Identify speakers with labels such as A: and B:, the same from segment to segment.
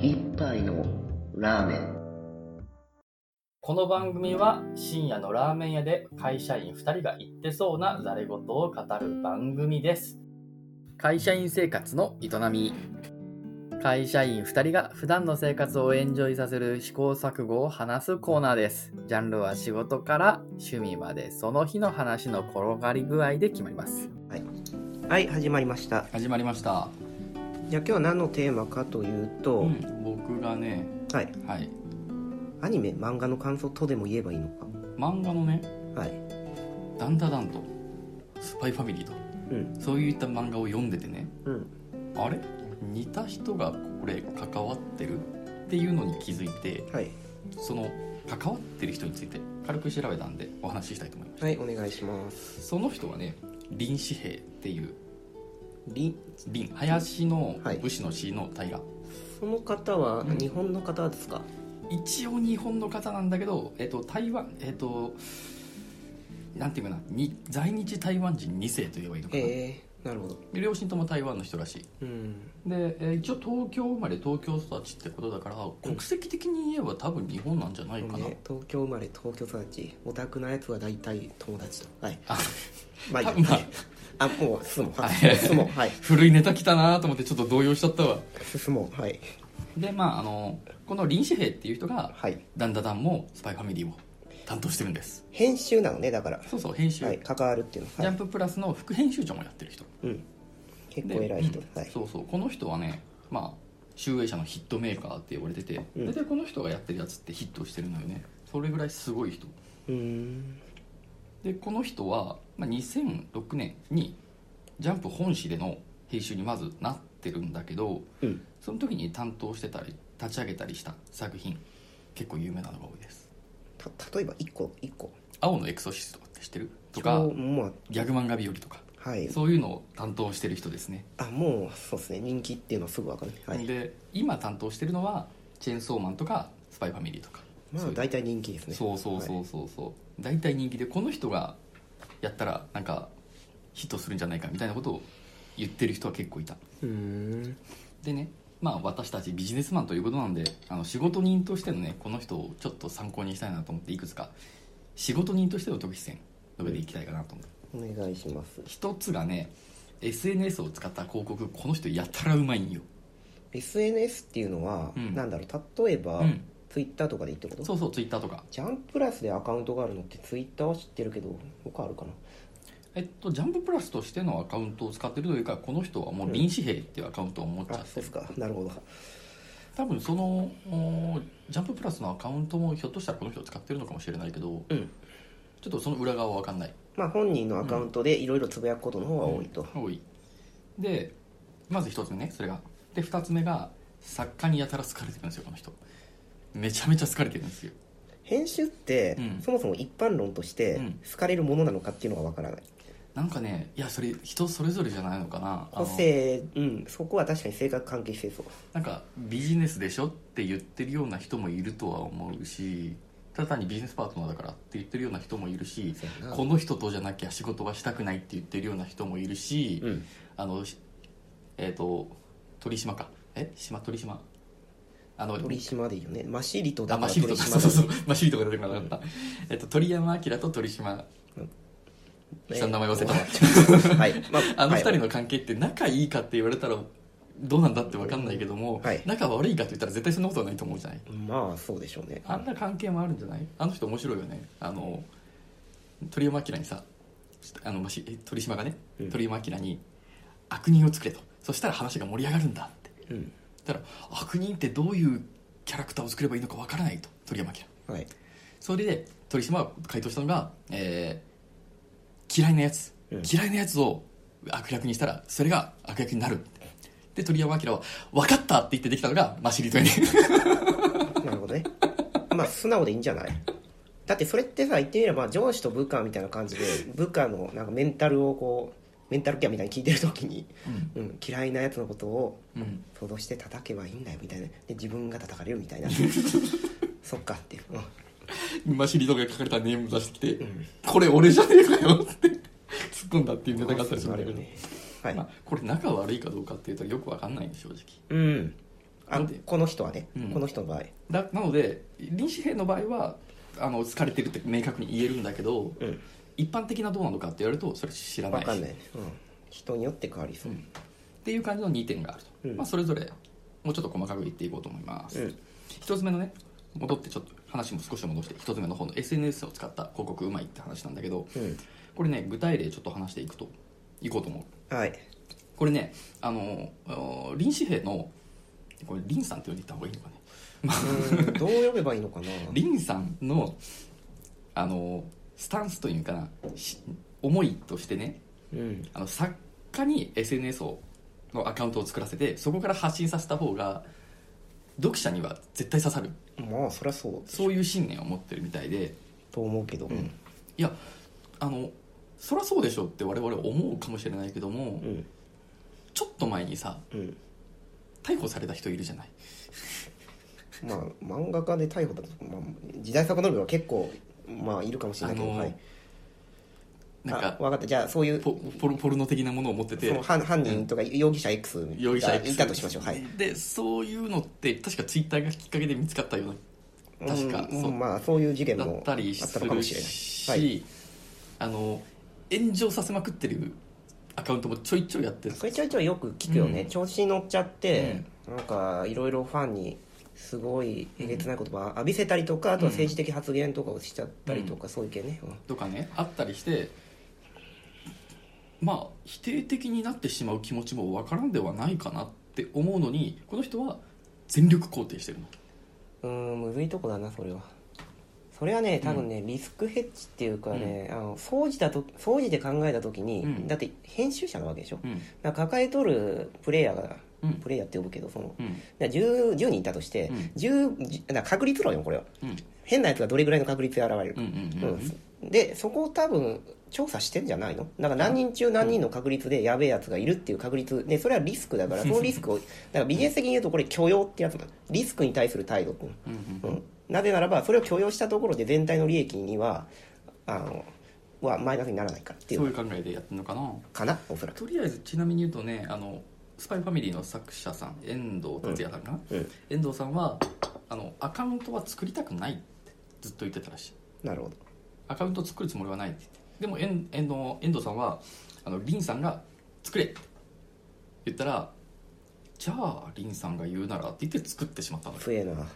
A: 一杯のラーメン
B: この番組は深夜のラーメン屋で会社員2人が言ってそうなざれ言を語る番組です
C: 会社員生活の営み
B: 会社員2人が普段の生活をエンジョイさせる試行錯誤を話すコーナーですジャンルは仕事から趣味までその日の話の転がり具合で決まります
A: はい始まりました
C: 始まりました、
A: じゃあ今日は何のテーマかというと、
C: うん、僕がね
A: はい
C: はい
A: アニメ漫画の感想とでも言えばいいのか
C: 漫画のね
A: はい
C: 「ダンダダン」と「スパイファミリー」と
A: うん
C: そういった漫画を読んでてね
A: うん
C: あれ似た人がこれ関わってるっていうのに気づいて
A: はい
C: その関わってる人について軽く調べたんでお話ししたいと思います
A: はいお願いします
C: その人はね林志平っていう
A: り
C: 林林の
A: はい
C: 武士の死の大河、
A: その方は
C: うん
A: 日本の方ですか、
C: 一応日本の方なんだけど、えっと台湾えっ、となんていうかなに在日台湾人2世と言えばいいのかな、
A: ええなるほど
C: 両親とも台湾の人らしい
A: うん
C: で、えー一応東京生まれ東京育ちってことだから国籍的に言えば多分日本なんじゃないかな、
A: ね、東京生まれ東京育ちオタクなやつは大体友達とはい
C: あ
A: まあいいや
C: 多 分まあ
A: はいあもう進もうは
C: はい
A: い進もうはい
C: 古いネタ来たなと思ってちょっと動揺しちゃったわ
A: 進もうはい
C: でまああのこの林志平っていう人が
A: はい
C: ダンダダンもスパイファミリーを担当してるんです
A: 編集なのねだから
C: そうそう編集、
A: はい関わるっていうの
C: ジ
A: は
C: ャ
A: い
C: ン、ププラスの副編集長もやってる人
A: うん、結
C: で
A: 構偉い人
C: うん
A: はい
C: そうそうこの人はねまあ集英社のヒットメーカーって呼ばれてて
A: うん
C: 大体、この人がやってるやつってヒットしてるのよねそれぐらいすごい人
A: うーん
C: でこの人は、まあ、2006年にジャンプ本誌での編集にまずなってるんだけど
A: うん
C: その時に担当してたり立ち上げたりした作品結構有名なのが多いです
A: た例えば一個一個
C: 「青のエクソシスト」って知ってるとか
A: 超もう
C: 「ギャグ漫画日和」とか
A: はい
C: そういうのを担当してる人ですね、
A: あもうそうですね人気っていうのはすぐ分かるねはい
C: で今担当してるのは「チェーンソーマン」とか「スパイファミリー」とか
A: ま
C: そ
A: あ
C: ういう
A: 大体人気ですね
C: そうそうそうそうそう大体人気でこの人がやったらなんかヒットするんじゃないかみたいなことを言ってる人は結構いた
A: うーん
C: でねまあ私たちビジネスマンということなんであの仕事人としてのねこの人をちょっと参考にしたいなと思っていくつか仕事人としての特筆点述べていきたいかなと思う
A: お願いします
C: 一つがね SNS を使った広告この人やたらうまいんよ
A: SNS っていうのは、
C: うん
A: なんだろう例えば、
C: うん
A: ツイッターとかで言ってこと
C: そうそうツイッターとか
A: ジャンプラスでアカウントがあるのってツイッターは知ってるけど他あるかな
C: えっとジャンププラスとしてのアカウントを使ってるというかこの人はもう林志平っていうアカウントを持っちゃ
A: あ
C: って
A: そう
C: る
A: ですかなるほど
C: 多分そのおージャンププラスのアカウントもひょっとしたらこの人使ってるのかもしれないけど、
A: うん
C: ちょっとその裏側は分かんない
A: まあ本人のアカウントでいろいろつぶやくことの方が多いと、
C: 多いでまず一つ目ねそれがで二つ目が作家にやたら好かれてるんですよこの人めちゃめちゃ好かれてるんですよ
A: 編集って、
C: うん
A: そもそも一般論として
C: うん
A: 好かれるものなのかっていうのがわからない、
C: なんかねいやそれ人それぞれじゃないのかなあの
A: 個性うんそこは確かに性格関係してそう
C: なんかビジネスでしょって言ってるような人もいるとは思うしただ単にビジネスパートナーだからって言ってるような人もいるし
A: そうやな
C: この人とじゃなきゃ仕事はしたくないって言ってるような人もいるし、
A: うん
C: あのしえっ、と鳥島かえ島鳥島あの
A: 鳥島でいいよねマシリとだ
C: あ
A: か
C: マ
A: ら
C: シリと
A: 鳥
C: か
A: 島
C: そう
A: だ
C: そうマシリとか出てこなかった、えっと鳥山明と鳥島下の名前忘れた
A: たはい、まあ、
C: あの二人
A: はい
C: の関係って仲いいかって言われたらどうなんだって分かんないけども、
A: はい
C: 仲悪いかって言ったら絶対そんなことはないと思うじゃない
A: まあそうでしょうね
C: あんな関係もあるんじゃないあの人面白いよねあの鳥山明にさあのもしえ鳥島がね、
A: うん
C: 鳥山明に「悪人を作れ」と「そしたら話が盛り上がるんだ」って
A: うん
C: だから悪人ってどういうキャラクターを作ればいいのかわからないと鳥山明
A: はい
C: それで鳥島が回答したのが、えー嫌いなやつ、
A: うん
C: 嫌いなやつを悪役にしたらそれが悪役になるで鳥山明は「分かった!」って言ってできたのがマシリトやね
A: なるほどね。まあ、素直でいいんじゃないだってそれってさ、言ってみれば上司と部下みたいな感じで、部下のなんかメンタルをこう、メンタルケアみたいに聞いてる時に、うん、嫌いなやつのことを
C: うん
A: 想像して叩けばいいんだよみたいな。で、自分が叩かれるみ たいな。そっかっていう。
C: マシリトが書かれたネーム出してきて
A: う
C: 「
A: ん。うん
C: これ俺じゃねえかよ」って突っ込んだっていうネタがあったりする
A: あ
C: んだ
A: る
C: け
A: よ
C: ど、
A: ね。はい
C: まあ、。これ仲悪いかどうかっていうとよく分かんないね正直
A: うん。あ
C: なんで
A: この人はね、
C: うん
A: この人の場合
C: だなので臨死兵の場合はあの疲れてるって明確に言えるんだけど、
A: うん
C: 一般的などうなのかって言われるとそれ知らない
A: 分か
C: し
A: んない、うん、人によって変わりそう、
C: うんっていう感じの2点があると、
A: うん
C: まあ、それぞれもうちょっと細かく言っていこうと思います、
A: うん
C: 一つ目のね戻ってちょっと話も少し戻して一つ目の方の SNS を使った広告うまいって話なんだけど
A: う、
C: これね具体例ちょっと話していくといこうと思うん
A: はい
C: これねあのお臨死兵のこれリンさんって呼んでいった方がいいのかねまあ
A: うんどう呼べばいいのかな
C: リンさんのあのスタンスというかなし思いとしてね
A: うん
C: あの作家に SNS をのアカウントを作らせてそこから発信させた方が読者には絶対刺さる
A: まあそりゃそう
C: そういう信念を持ってるみたいで、
A: と思うけど、
C: いやあのそりゃそうでしょって我々は思うかもしれないけども、
A: うん
C: ちょっと前にさ
A: うん
C: 逮捕された人いるじゃない
A: まあ漫画家で逮捕だと、まあ、時代遡るのは結構まあいるかもしれないけど、
C: あのー
A: はい
C: なんか
A: あわかったじゃあそういう
C: ポポルポルノ的なものを持ってて
A: その犯犯人とか容疑者 X が
C: 容疑者 X
A: いたとしましょうはい
C: でそういうのって確かツイッターがきっかけで見つかったような確か
A: うん
C: そう
A: うんまあそういう事件
C: だ
A: も
C: っ
A: あ
C: た
A: っ
C: り
A: た
C: す
A: のかも
C: る
A: しれない
C: し、
A: はい
C: あの炎上させまくってるアカウントもちょいちょいやってる
A: それちょいちょいよく聞くよね、
C: うん
A: 調子に乗っちゃって、なんかいろいろファンにすごいえげつない言葉浴びせたりとかあとは政治的発言とかをしちゃったりとか、そういう系ね、うん
C: とかねあったりしてまあ否定的になってしまう気持ちもわからんではないかなって思うのにこの人は全力肯定してるの
A: うーんむずいとこだなそれはそれはね多分ね、リスクヘッジっていうかね、あの総じたと総じて考えた時に、
C: うん
A: だって編集者なわけでしょ、
C: うん
A: だから抱えとるプレイヤーが、
C: うん
A: プレイヤーって呼ぶけどその、
C: うん
A: だから 10, 10人いたとして、
C: うん
A: 10じだから確率論よこれは
C: うん
A: 変なやつがどれぐらいの確率で現れる
C: う
A: か、
C: んうんうん
A: うんでそこを多分調査してんじゃないのだから何人中何人の確率でやべえやつがいるっていう確率でそれはリスクだ からそのリスクをだからビジネス的に言うとこれ許容ってやつなのリスクに対する態度っていうの
C: うんうん
A: うん、なぜならばそれを許容したところで全体の利益にはあのはマイナスにならないからってい
C: そういうう考えでやってるのかな
A: かなおそらく
C: とりあえずちなみに言うとねあのスパイファミリーの作者さん遠藤達也さんかな、
A: うん
C: 遠藤さんはあのアカウントは作りたくないってずっと言ってたらしい
A: なるほど
C: アカウント作るつもりはないって言ってでも遠遠藤遠藤さんはあのリンさんが「作れ」って言ったら「じゃあリンさんが言うなら」って言って作ってしまったのよ、
A: 強えな
C: ま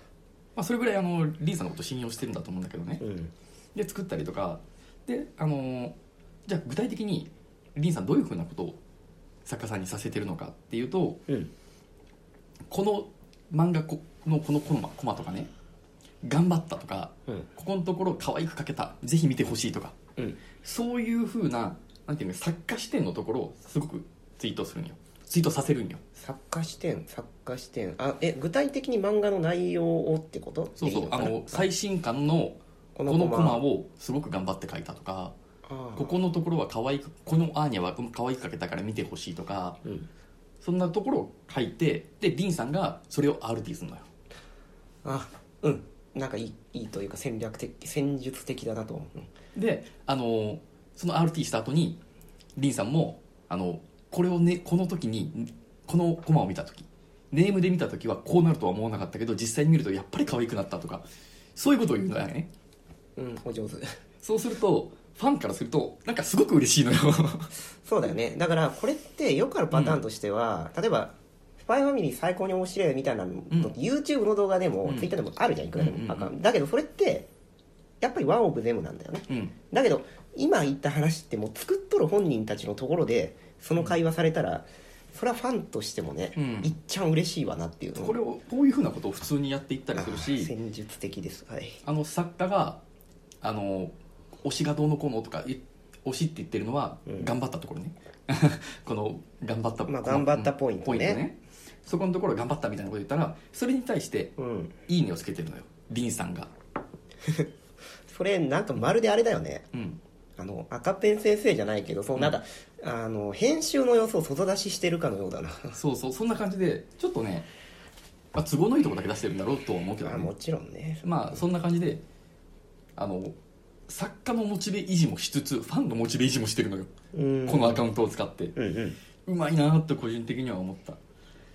C: あ、それぐらいあのリンさんのこと信用してるんだと思うんだけどね
A: うん
C: で作ったりとかであのーじゃあ具体的にリンさんどういうふうなことを作家さんにさせてるのかっていうと
A: うん
C: この漫画このこのコマコマとかね頑張ったとか
A: うん
C: ここのところ可愛く描けたぜひ見てほしいとか
A: うん
C: そういうふうななんていうの作家視点のところをすごくツイートするんよツイートさせるんよ
A: 作家視点作家視点あえ具体的に漫画の内容をってこと
C: そうそう
A: でいい
C: あ
A: かな
C: の最新刊の
A: こ
C: こ
A: の
C: の
A: コマ
C: コマをすごく頑張って描いたとか
A: ああ
C: ここのところは可愛くこのアーニャは可愛く描けたから見てほしいとか
A: うん
C: そんなところを書いてでリンさんがそれを RT するのよ
A: あうんなんかいいいいというか戦略的戦術的だなと思ううん
C: であのその RT した後にリンさんもあのこれをねこの時にこのコマを見た時ネームで見た時はこうなるとは思わなかったけど実際に見るとやっぱり可愛くなったとかそういうことを言うんだよね
A: うんお上手
C: そうするとファンからするとなんかすごく嬉しい のよ
A: そうだよねだからこれってよくあるパターンとしては、例えば「スパイファミリー最高に面白い」みたいなの、
C: ん
A: YouTube の動画でも、
C: うん
A: Twitter でもあるじゃんいくらでも、
C: うんうんうん
A: アカウントだけどそれってやっぱりワンオブゼムなんだよね
C: うん
A: だけど今言った話ってもう作っとる本人たちのところでその会話されたら、それはファンとしてもね、
C: うん
A: いっちゃん嬉しいわなっていう
C: これをこういうふうなことを普通にやっていったりする
A: あー
C: し
A: 戦術的ですはい
C: あの作家があの推しがどうのこうのとかい推しって言ってるのは、
A: うん
C: 頑張ったところね この頑張った、
A: まあ頑張ったポイントね
C: うんそこのところ頑張ったみたいなこと言ったらそれに対して
A: うん
C: 「いいね」をつけてるのよリンさんが、
A: それなんかまるであれだよね
C: うん、
A: あの赤ペン先生じゃないけどそのなんか、あの編集の様子を外出ししてるかのようだな
C: そうそうそんな感じでちょっとね、まあ、都合のいいとこだけ出してるんだろうとは思うけど、
A: まあ
C: ね
A: も、ちろんね
C: まあそんな感じであの作家のモチベ維持もしつつファンのモチベ維持もしてるのよ、
A: うん
C: このアカウントを使って、
A: うんうん
C: うまいなーって個人的には思った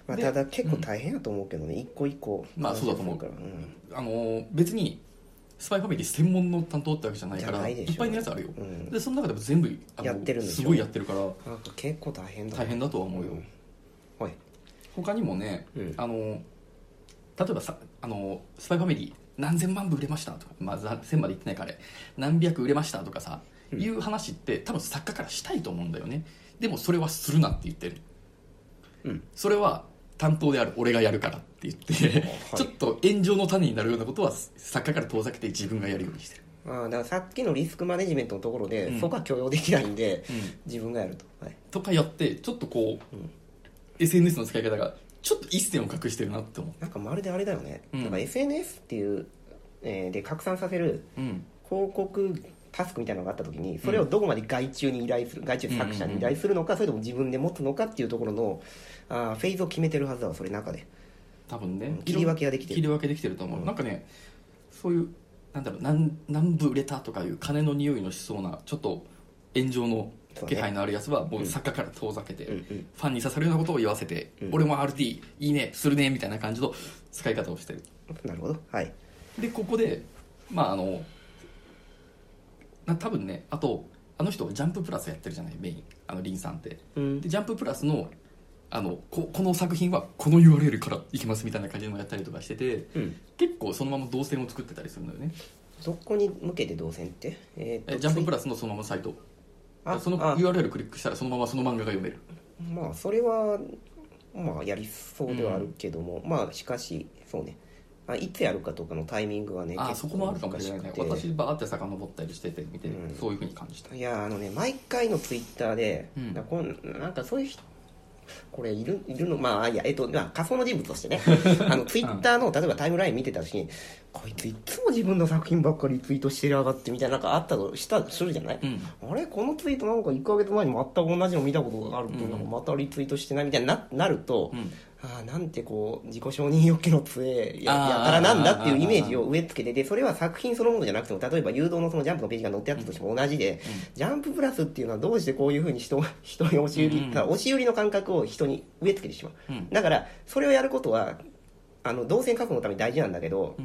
A: まあ、
C: で
A: ただ結構大変やと思うけどね、一個一個
C: まあそうだと思う
A: から、うん
C: あの別にスパイファミリー専門の担当ってわけじゃないか
A: じゃ
C: ら
A: ない
C: い
A: でしょ
C: っぱいのやつあるよ、
A: うん
C: でその中でも全部あの
A: やってるんでしょ
C: すごいやってるから
A: なんか結構大変だ
C: 大変だとは思うよ、
A: んはい
C: 他にもね、
A: うん
C: あの例えばさあの「スパイファミリー何千万部売れました」とか、まあ、ざ1000までいってないからあれ何百売れましたとかさ、いう話って多分作家からしたいと思うんだよねでもそれはするなって言ってる、
A: うん
C: それは担当である俺がやるからって言って、
A: い
C: ちょっと炎上の種になるようなことは作家から遠ざけて自分がやるようにしてる、
A: ああだからさっきのリスクマネジメントのところで、
C: うん
A: そこは許容できないんで、自分がやると、はい、
C: とかやってちょっとこう、SNS の使い方がちょっと一線を隠してるなって思
A: なんかまるであれだよね、
C: うん
A: なんか SNS っていう、えーで拡散させる
C: う、うん、
A: 広告タスクみたいなのがあった時にそれをどこまで外注に依頼する、外注作者に依頼するのか、それとも自分で持つのかっていうところのあーフェーズを決めてるはずだわそれ中で
C: 多分ね
A: うん切り分けができてる
C: 切り分けできてると思う、
A: うん
C: なんかねそういうなんだろう何何部売れたとかいう金の匂いのしそうなちょっと炎上の気配のあるやつはもう作家から遠ざけて、
A: うんうん
C: ファンに刺さるようなことを言わせて、
A: うん
C: 俺も RT いいねするねみたいな感じの使い方をしてる
A: なるほどはい
C: でここでまああのな多分ねあとあの人ジャンププラスやってるじゃないメインあのリンさんって
A: うん
C: でジャンププラスのあのここの作品はこの URL からいきますみたいな感じのやったりとかしてて
A: うん
C: 結構そのまま動線を作ってたりするのよね
A: どこに向けて動線って、え
C: えジャンププ
A: ラ
C: ラスのそのままサイト
A: あ
C: その
A: あ
C: URL クリックしたらそのままその漫画が読める
A: まあそれはまあやりそうではあるけども、まあしかしそうねあいつやるかとかのタイミングはね
C: あ
A: 結
C: そ
A: 構
C: こもあるかもしれないね
A: 難くて
C: 私バーって遡ったりしてて見て、
A: うん
C: そういうふうに感じた
A: いやあのね毎回のツイッターで、
C: うん
A: なこんなんかそういう人これいるいるのまあいやえっと、まあ、仮想の人物として ねあのツイッターの例えばタイムライン見てた時にこいついつも自分の作品ばっかりツイートしてやがってみたいななんかあったとしたするじゃない、
C: うん
A: あれこのツイートなんか1ヶ月前に全く同じの見たことがあるけど、
C: うん
A: なんかまたリツイートしてないみたいにななると、
C: うん
A: ああなんてこう自己承認欲求の強いや
C: あ
A: や
C: ー
A: からなんだっていうイメージを植え付けてでそれは作品そのものじゃなくても例えば誘導のそのジャンプのページが載ってあったとしても同じで、ジャンププラスっていうのはどうしてこういうふうに人を 人に押し売り、
C: うん
A: 押し売りの感覚を人に植え付けてしまう、
C: うん
A: だからそれをやることはあの動線確保のために大事なんだけど、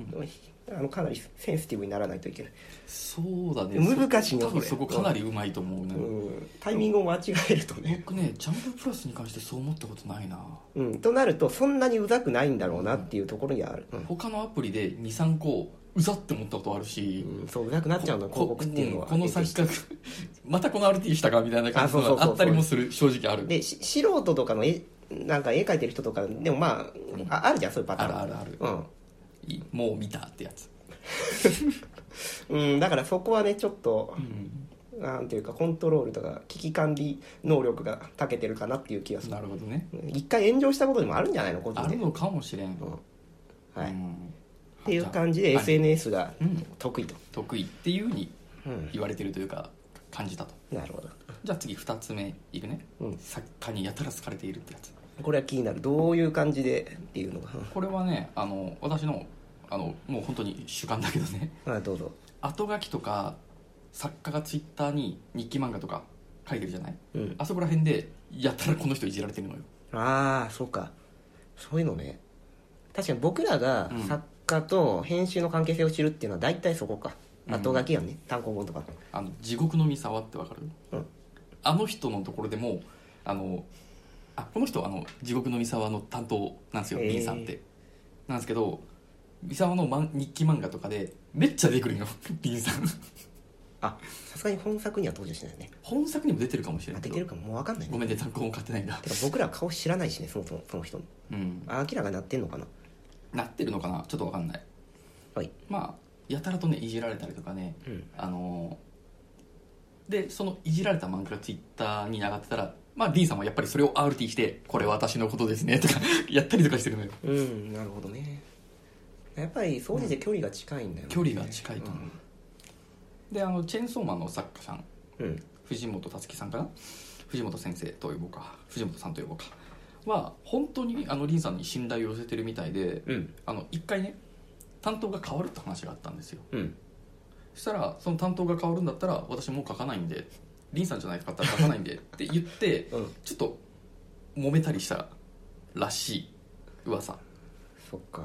A: あのかなりセンシティブにならないといけない、
C: そうだね
A: 難しいよ
C: 多分
A: それ
C: そこかなりうまいと思うね、
A: うん、タイミングを間違えるとね
C: 僕ねジャンププラスに関してそう思ったことないな
A: うん、となるとそんなにうざくないんだろうなっていうところにはある、うん
C: 他のアプリで23個うざって思ったことあるし、
A: うんそううざくなっちゃうの広告っていうのは
C: ここの先が またこの RT したかみたいな感じ
A: あそうそう
C: の
A: そうそう
C: あったりもする正直ある
A: でし素人とかの絵なんか絵描いてる人とかでもまあ,、ああるじゃんそういうパターン
C: あるある
A: ある
C: いいもう見たってやつ、
A: うん、うん、だからそこはねちょっと、なんていうかコントロールとか危機管理能力が長けてるかなっていう気がする
C: なるほどね
A: うん一回炎上したことでもあるんじゃないの個人
C: あ
A: で
C: るのかもしれ
A: う
C: ん、
A: んはい
C: うん
A: っていう感じで
C: はい
A: SNS が
C: うん
A: 得意と、
C: 得意っていうふうに
A: うん
C: 言われてるというか感じたと
A: なるほど
C: じゃあ次2つ目いくね、
A: うん
C: 作家にやたら好かれているってやつ
A: これは気になるどういう感じでっていうのが、うん
C: これはねあの私のあのもう本当に主観だけどね
A: まあどうぞ
C: 後書きとか作家がツイッターに日記漫画とか書いてるじゃない
A: うん
C: あそこら辺でやたらこの人いじられてるのよ
A: ああそうかそういうのね確かに僕らが
C: うん
A: 作家と編集の関係性を知るっていうのは大体そこか、
C: うん
A: 後書きやね単行本とか
C: あの地獄の三沢ってわかる、
A: うん
C: あの人のところでもあのあこの人はあの地獄の三沢の担当なんですよ
A: へー
C: B さんってなんですけど三沢のまん日記漫画とかでめっちゃ出てくるよ B さん
A: あさすがに本作には登場しないね
C: 本作にも出てるかもしれな
A: 当て
C: いけ
A: てる
C: ど
A: かももう分かんない
C: ご
A: ね
C: めんね単行本買ってないんだ
A: てか僕らは顔知らないしねそもそもその人の
C: うん
A: あ明らかになってんのかな
C: なってるのかなちょっとわかんない
A: はい
C: まあやたらとねいじられたりとかね
A: うん
C: あのーでそのいじられた漫画がツイッターに上がってたら、まあ、D さんはやっぱりそれを RT して「これ私のことですね」とか やったりとかしてるのよ
A: うんなるほどねやっぱり掃除で距離が近いんだよね、
C: 距離が近いと思う、であのチェーンソーマンの作家さん
A: うん
C: 藤本つ樹さんかな藤本先生と呼ぼうか藤本さんと呼ぼうかは本当にあのリンさんに信頼を寄せてるみたいで
A: うん
C: あの一回ね担当が変わるって話があったんですよ
A: うん
C: そしたらその担当が変わるんだったら私もう書かないんでリンさんじゃないかったら書かないんでって言って
A: うん
C: ちょっと揉めたりしたらしい噂
A: そっか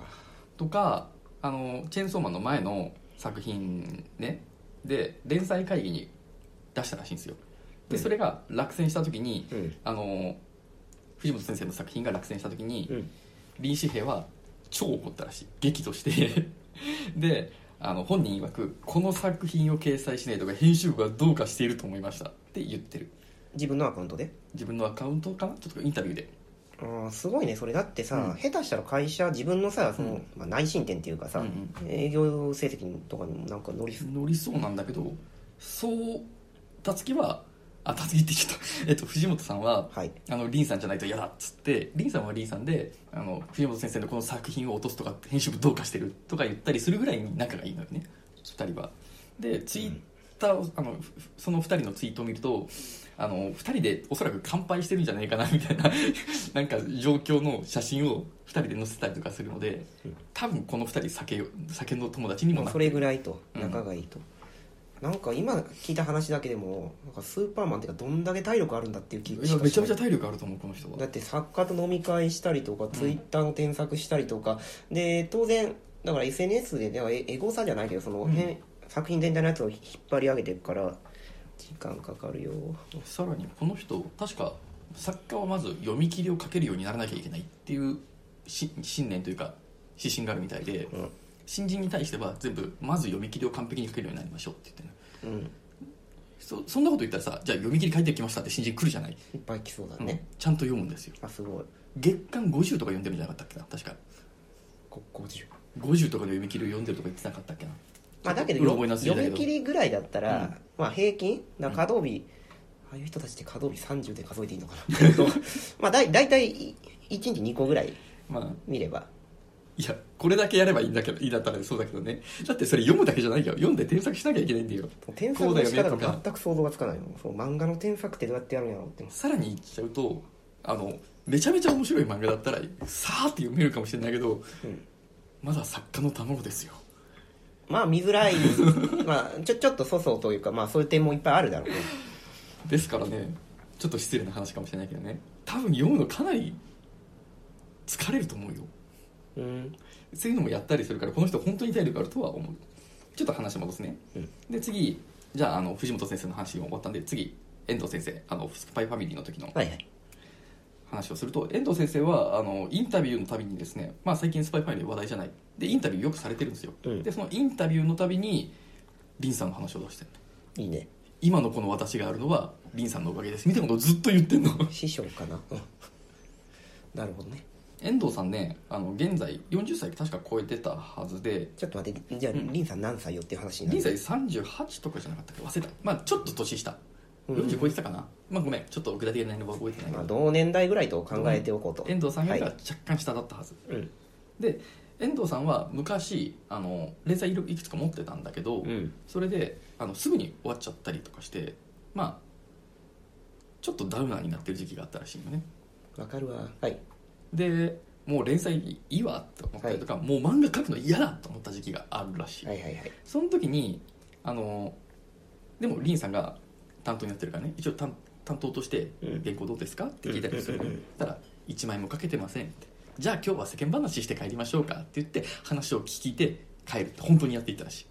C: とかあのチェーンソーマンの前の作品ねで連載会議に出したらしいんですよで
A: うん
C: それが落選した時に
A: うん
C: あの藤本先生の作品が落選した時に、
A: うん
C: 林紙幣は超怒ったらしい激怒して であの本人曰くこの作品を掲載しないとか編集部がどうかしていると思いましたって言ってる
A: 自分のアカウントで
C: 自分のアカウントかなちょっとインタビューで
A: あーすごいねそれだってさ、
C: うん
A: 下手したら会社自分のさその、
C: うん
A: まあ、内申点っていうかさ、
C: うん
A: 営業成績とかにもなんか乗りそう
C: 乗りそうなんだけどそうたつきはあたつきってちょっと、えっと、藤本さんは
A: はい
C: あのリンさんじゃないと嫌だっつってリンさんはリンさんであの藤本先生のこの作品を落とすとか編集部どうかしてるとか言ったりするぐらいに仲がいいのよね2人はでツイッターをあのふその2人のツイートを見るとあの2人でおそらく乾杯してるんじゃないかなみたいな なんか状況の写真を2人で載せたりとかするので
A: うん
C: 多分この2人酒を酒の友達にもな
A: まあ
C: っ
A: そ
C: て
A: れぐらいと
C: うん
A: 仲がいいと、なんか今聞いた話だけでもなんかスーパーマンっていうかどんだけ体力あるんだっていう気が
C: いやめちゃめちゃ体力あると思うこの人は
A: だって作家と飲み会したりとか、ツイッターの添削したりとかで当然だから SNS で、ね、エエゴサじゃないけどその、
C: うん
A: へん作品全体のやつを引っ張り上げていくから時間かかるよ
C: さらにこの人確か作家はまず読み切りを書けるようにならなきゃいけないっていうし信念というか指針があるみたいで、
A: うん
C: 新人に対しては全部まず読み切りを完璧に書けるようになりましょうって言ってね
A: うん
C: そそんなこと言ったらさじゃあ読み切り書いてきましたって新人来るじゃない、
A: いっぱい来そうだ
C: うん
A: ね、
C: ちゃんと読むんですよ
A: あすごい
C: 月間50とか読んでるんじゃなかったっけな確か
A: こ50
C: 50とかの読み切りを読んでるとか言ってなかったっけな
A: まあだけど
C: うろ覚えなすぎだけ
A: 読
C: ど
A: み切りぐらいだったら、
C: うん
A: まあ平均だから稼働日、ああいう人たちって稼働日30で数えていいのかな えっとまあだい大体い1日2個ぐらい
C: まあ
A: 見れば
C: いやこれだけやればいいんだけどいいだったらそうだけどねだってそれ読むだけじゃないよ読んで添削しなきゃいけないんだよ
A: 添削の仕方
C: こうだよねと
A: が
C: か
A: 全く想像がつかないのそう漫画の添削ってどうやってやるんやろうって
C: さらに言っちゃうとあのめちゃめちゃ面白い漫画だったらさーって読めるかもしれないけど、
A: うん
C: まだ作家の卵ですよ
A: まあ見づら いまあちょちょっと粗相というかまあそういう点もいっぱいあるだろうね
C: ですからねちょっと失礼な話かもしれないけどね多分読むのかなり疲れると思うよ
A: うん
C: そういうのもやったりするからこの人本当に体力あるとは思うちょっと話戻すね、
A: うん
C: で次じゃああの藤本先生の話も終わったんで次遠藤先生あのスパイファミリーの時の
A: はいはい
C: 話をすると遠藤先生はあのインタビューのたびにですね、まあ、最近スパイファイル話題じゃないでインタビューよくされてるんですよ、
A: うん
C: でそのインタビューのたびに林さんの話を出してる
A: いいね
C: 今のこの私があるのは林さんのおかげですみたいなことをずっと言ってんの
A: 師匠かなうんなるほどね
C: 遠藤さんねあの現在40歳確か超えてたはずで
A: ちょっと待ってじゃあ、
C: うん
A: リンさん何歳よっていう話になる
C: 林さん38とかじゃなかったっけ忘れたまあちょっと年下40超えてたかな、まあごめんちょっと具体的な内容は覚えてないけ
A: まあ、
C: ど
A: 同年代ぐらいと考えておこうと、
C: 遠藤さんよりは
A: はい
C: 若干下だったはず、
A: うん
C: で遠藤さんは昔あの連載いろいくつか持ってたんだけど、
A: うん
C: それであのすぐに終わっちゃったりとかしてまあちょっとダウナーになってる時期があったらしいのね
A: わかるわはい
C: でもう連載いいわと思ったりとか、もう漫画描くの嫌だと思った時期があるらしい、
A: はいはいはい
C: その時にあのでもリンさんが担当になってるからね一応担担当として
A: うん
C: 原稿どうですかって聞いたりするの
A: うんうんうんうん
C: たら1枚もかけてませんってじゃあ今日は世間話して帰りましょうかって言って話を聞いて帰るって本当にやっていた らしい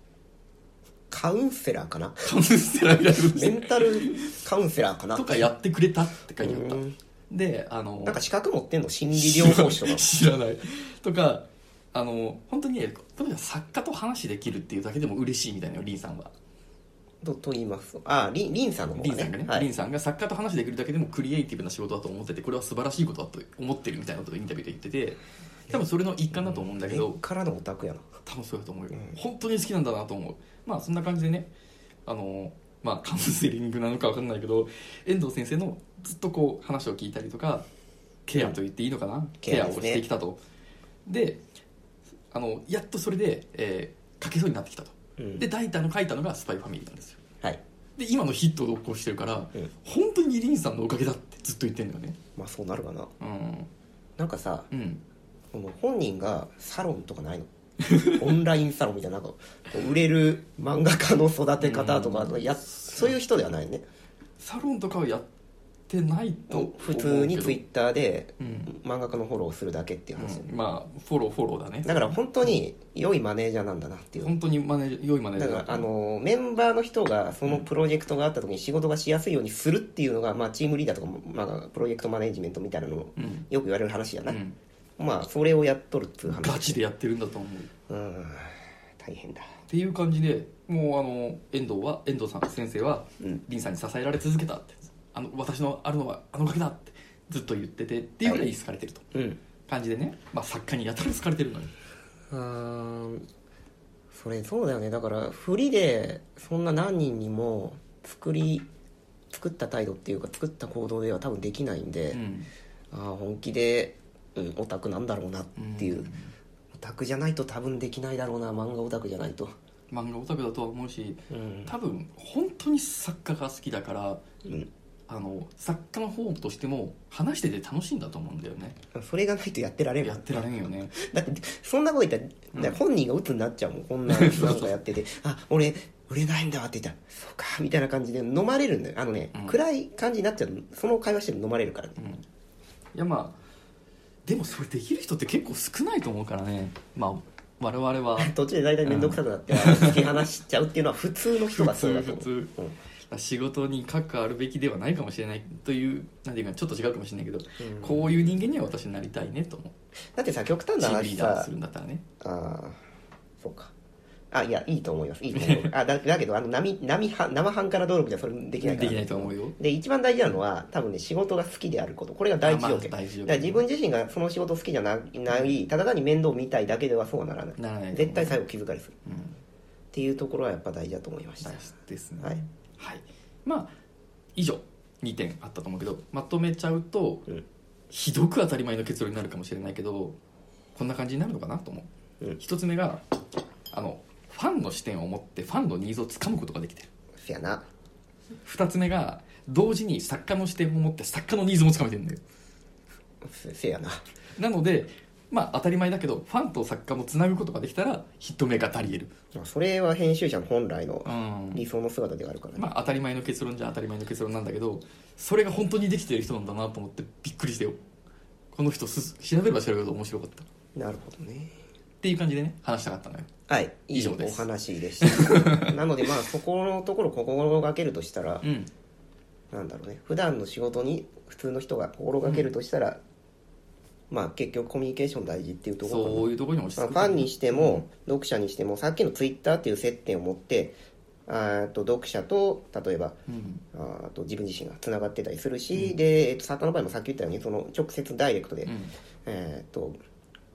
A: カウンセラーかな
C: カウンセラーみたいなこと し
A: メ
C: て
A: ンタルカウンセラーかな
C: とかやってくれたって書いてあった
A: うん
C: であの
A: なんか資格持ってんの心理療法 士とか
C: 知らないとかあの本当にねとにかく作家と話できるっていうだけでも嬉しいみたいなのよリンさんは
A: とと言いますとあリンリンさんの方
C: リンさんがね、
A: はい
C: リンさんが作家と話できるだけでもクリエイティブな仕事だと思っててこれは素晴らしいことだと思ってるみたいなことをインタビューで言ってて多分それの一環だと思うんだけ
A: 根っ
C: ど
A: からのオタクやな
C: 多分そうだと思うよ、
A: うん
C: 本当に好きなんだなと思うまあそんな感じでねあのまあカウンセリングなのか分かんないけど遠藤先生のずっとこう話を聞いたりとかケアと言っていいのかな、ケ
A: ケ
C: ア
A: ア
C: を
A: ですね
C: してきたとであのやっとそれで、えー書けそうになってきたと
A: うん
C: で大胆の書いたのが「スパイファミリーなんですよ
A: はい
C: で今のヒットを起こしてるから、
A: うん
C: 本当にリンさんのおかげだってずっと言ってるんだよね
A: まあそうなるかな
C: うん
A: なんかさ
C: うん
A: この本人がサロンとか ないのオンラインサロンみたいななんかこう売れる漫画家の育て方とかやそういう人ではないね
C: サロンとかをやってないと思うけど
A: 普通にツイッターで
C: うん、
A: 漫画家のフォローをするだけっていう話、
C: うんまあフォローフォローだね
A: だから本当に良いマネージャーなんだなっていう
C: 本当にマネージャー良いマネージ
A: だ
C: ャー
A: か
C: だと
A: らあ
C: 思う
A: のメンバーの人がそのプロジェクトがあった時に仕事がしやすいようにするっていうのが、まあ、チームリーダーとかも、まあ、プロジェクトマネジメントみたいなのを
C: うん
A: よく言われる話や
C: う
A: な、
C: ん、
A: まあそれをやっとるっていう話
C: ガチでやってるんだと思う
A: うん大変だ
C: っていう感じでもうあの遠藤は遠藤さん先生は
A: うん
C: 凛さんに支えられ続けたってあの私のあるのはあのおかげだってずっと言っててっていうぐらい好かれてると、
A: うん
C: 感じでね、まあ、作家にやたら好かれてるのに
A: うーんそれそうだよねだから振りでそんな何人にも作り作った態度っていうか作った行動では多分できないんで、
C: うん
A: ああ本気で、うん、オタクなんだろうなっていう、
C: うん
A: オタクじゃないと多分できないだろうな漫画オタクじゃないと、
C: 漫画オタクだとは思うし
A: うん、
C: 多分本当に作家が好きだから
A: うん
C: あの作家の方としても話してて楽しいんだと思うんだよね
A: それがないとやってられる
C: やってられんよね
A: だってそんなこと言ったら、だから本人が鬱になっちゃうもんこんななんかやってて「あ俺売れないんだ」って言ったら「そうか」みたいな感じで飲まれるんだよあのね、
C: うん
A: 暗い感じになっちゃうのその会話しても飲まれるからね
C: うんいやまあでもそれできる人って結構少ないと思うからねまあ我々は
A: 途中で大体面倒くさくなって突き放しちゃうっていうのは普通の 人がそうだと
C: 普
A: 思う
C: 通
A: うん
C: 仕事に関わるべきではないかもしれないというなんていうかちょっと違うかもしれないけど、こういう人間には私になりたいねと思う
A: だってさ極端
C: チ
A: な
C: ームリ
A: 話
C: ーダー
A: さ
C: するんだったらね
A: ああそうかあいやいいと思いますいいと思 うあだだけどあの波波は生半可な努力じゃそれできないから
C: できないと思うよ
A: で一番大事なのは多分ね仕事が好きであることこれが第一条件、
C: まあ大事
A: だ
C: よ
A: から自分自身がその仕事好きじゃないないただ単に面倒見たいだけではそうはならない
C: ならないと思う
A: 絶対最後気遣いするっ
C: うん
A: ていうところはやっぱ大事だと思いました
C: 大事ですね
A: はい、
C: はいまあ以上2点あったと思うけどまとめちゃうと、
A: うん
C: ひどく当たり前の結論になるかもしれないけどこんな感じになるのかなと思う、
A: うん
C: 一つ目があのファンの視点を持ってファンのニーズをつかむことができてる
A: せやな
C: 二つ目が同時に作家の視点を持って作家のニーズもつかめてるんだよ
A: せせやな
C: なのでまあ当たり前だけどファンと作家もつなぐことができたらヒットメーカーたりえる、
A: まあそれは編集者の本来の
C: うん
A: 理想の姿ではあるからね、
C: まあ、当たり前の結論じゃ当たり前の結論なんだけどそれが本当にできてる人なんだなと思ってびっくりしたよこの人す調べれば調べるほど面白かったっ
A: なるほどね
C: ていう感じでね話したかったのよ
A: はい
C: 以上で
A: い
C: す
A: いお話でした なのでまあそこのところ心がけるとしたら、
C: うん
A: なんだろうね普段の仕事に普通の人が心がけるとしたら、まあ結局コミュニケーション大事っていうところかな
C: そういうところに落ち
A: まあ
C: 着
A: フ
C: く
A: ァンにしても読者にしてもさっきのツイッターっていう接点を持ってあーと読者と例えば
C: うん
A: あーと自分自身がつながってたりするし、で、えっと、作家の場合もさっき言ったようにその直接ダイレクトで、
C: うん
A: えっと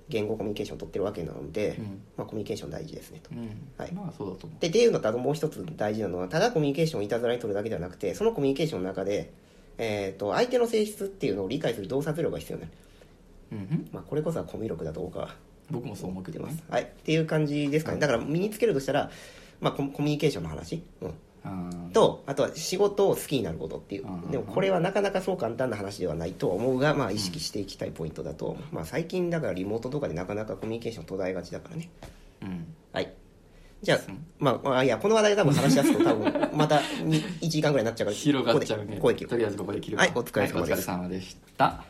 A: 言語コミュニケーションを取ってるわけなので、
C: うん
A: まあ、コミュニケーション大事ですねと。
C: うん
A: はい
C: まあそうだと思
A: でっていうのとあともう一つ大事なのはただコミュニケーションをいたずらに取るだけではなくてそのコミュニケーションの中で、えー、と相手の性質っていうのを理解する洞察力が必要になる、
C: う、うんうん、
A: まあ、これこそはコミュ力だと僕は
C: 僕もそう思うけ
A: 言って
C: ど
A: ま
C: ね
A: す、はい、っていう感じですかねだから身につけるとしたら、まあ、ココミュニケーションの話、うん、
C: あー
A: とあとは仕事を好きになることっていう
C: うん
A: でもこれはなかなかそう簡単な話ではないとは思うが、まあ、意識していきたいポイントだと、まあ、最近だからリモートとかでなかなかコミュニケーション途絶えがちだからね
C: うん
A: はい。じゃあ、まあ、あいや、この話題多分話し出すと多分、またに1時間ぐらいになっちゃうから、
C: 広がっちゃうね
A: ここでここで切る
C: とりあえずここで切る
A: はいお疲れ様です
C: はいお疲れ様でした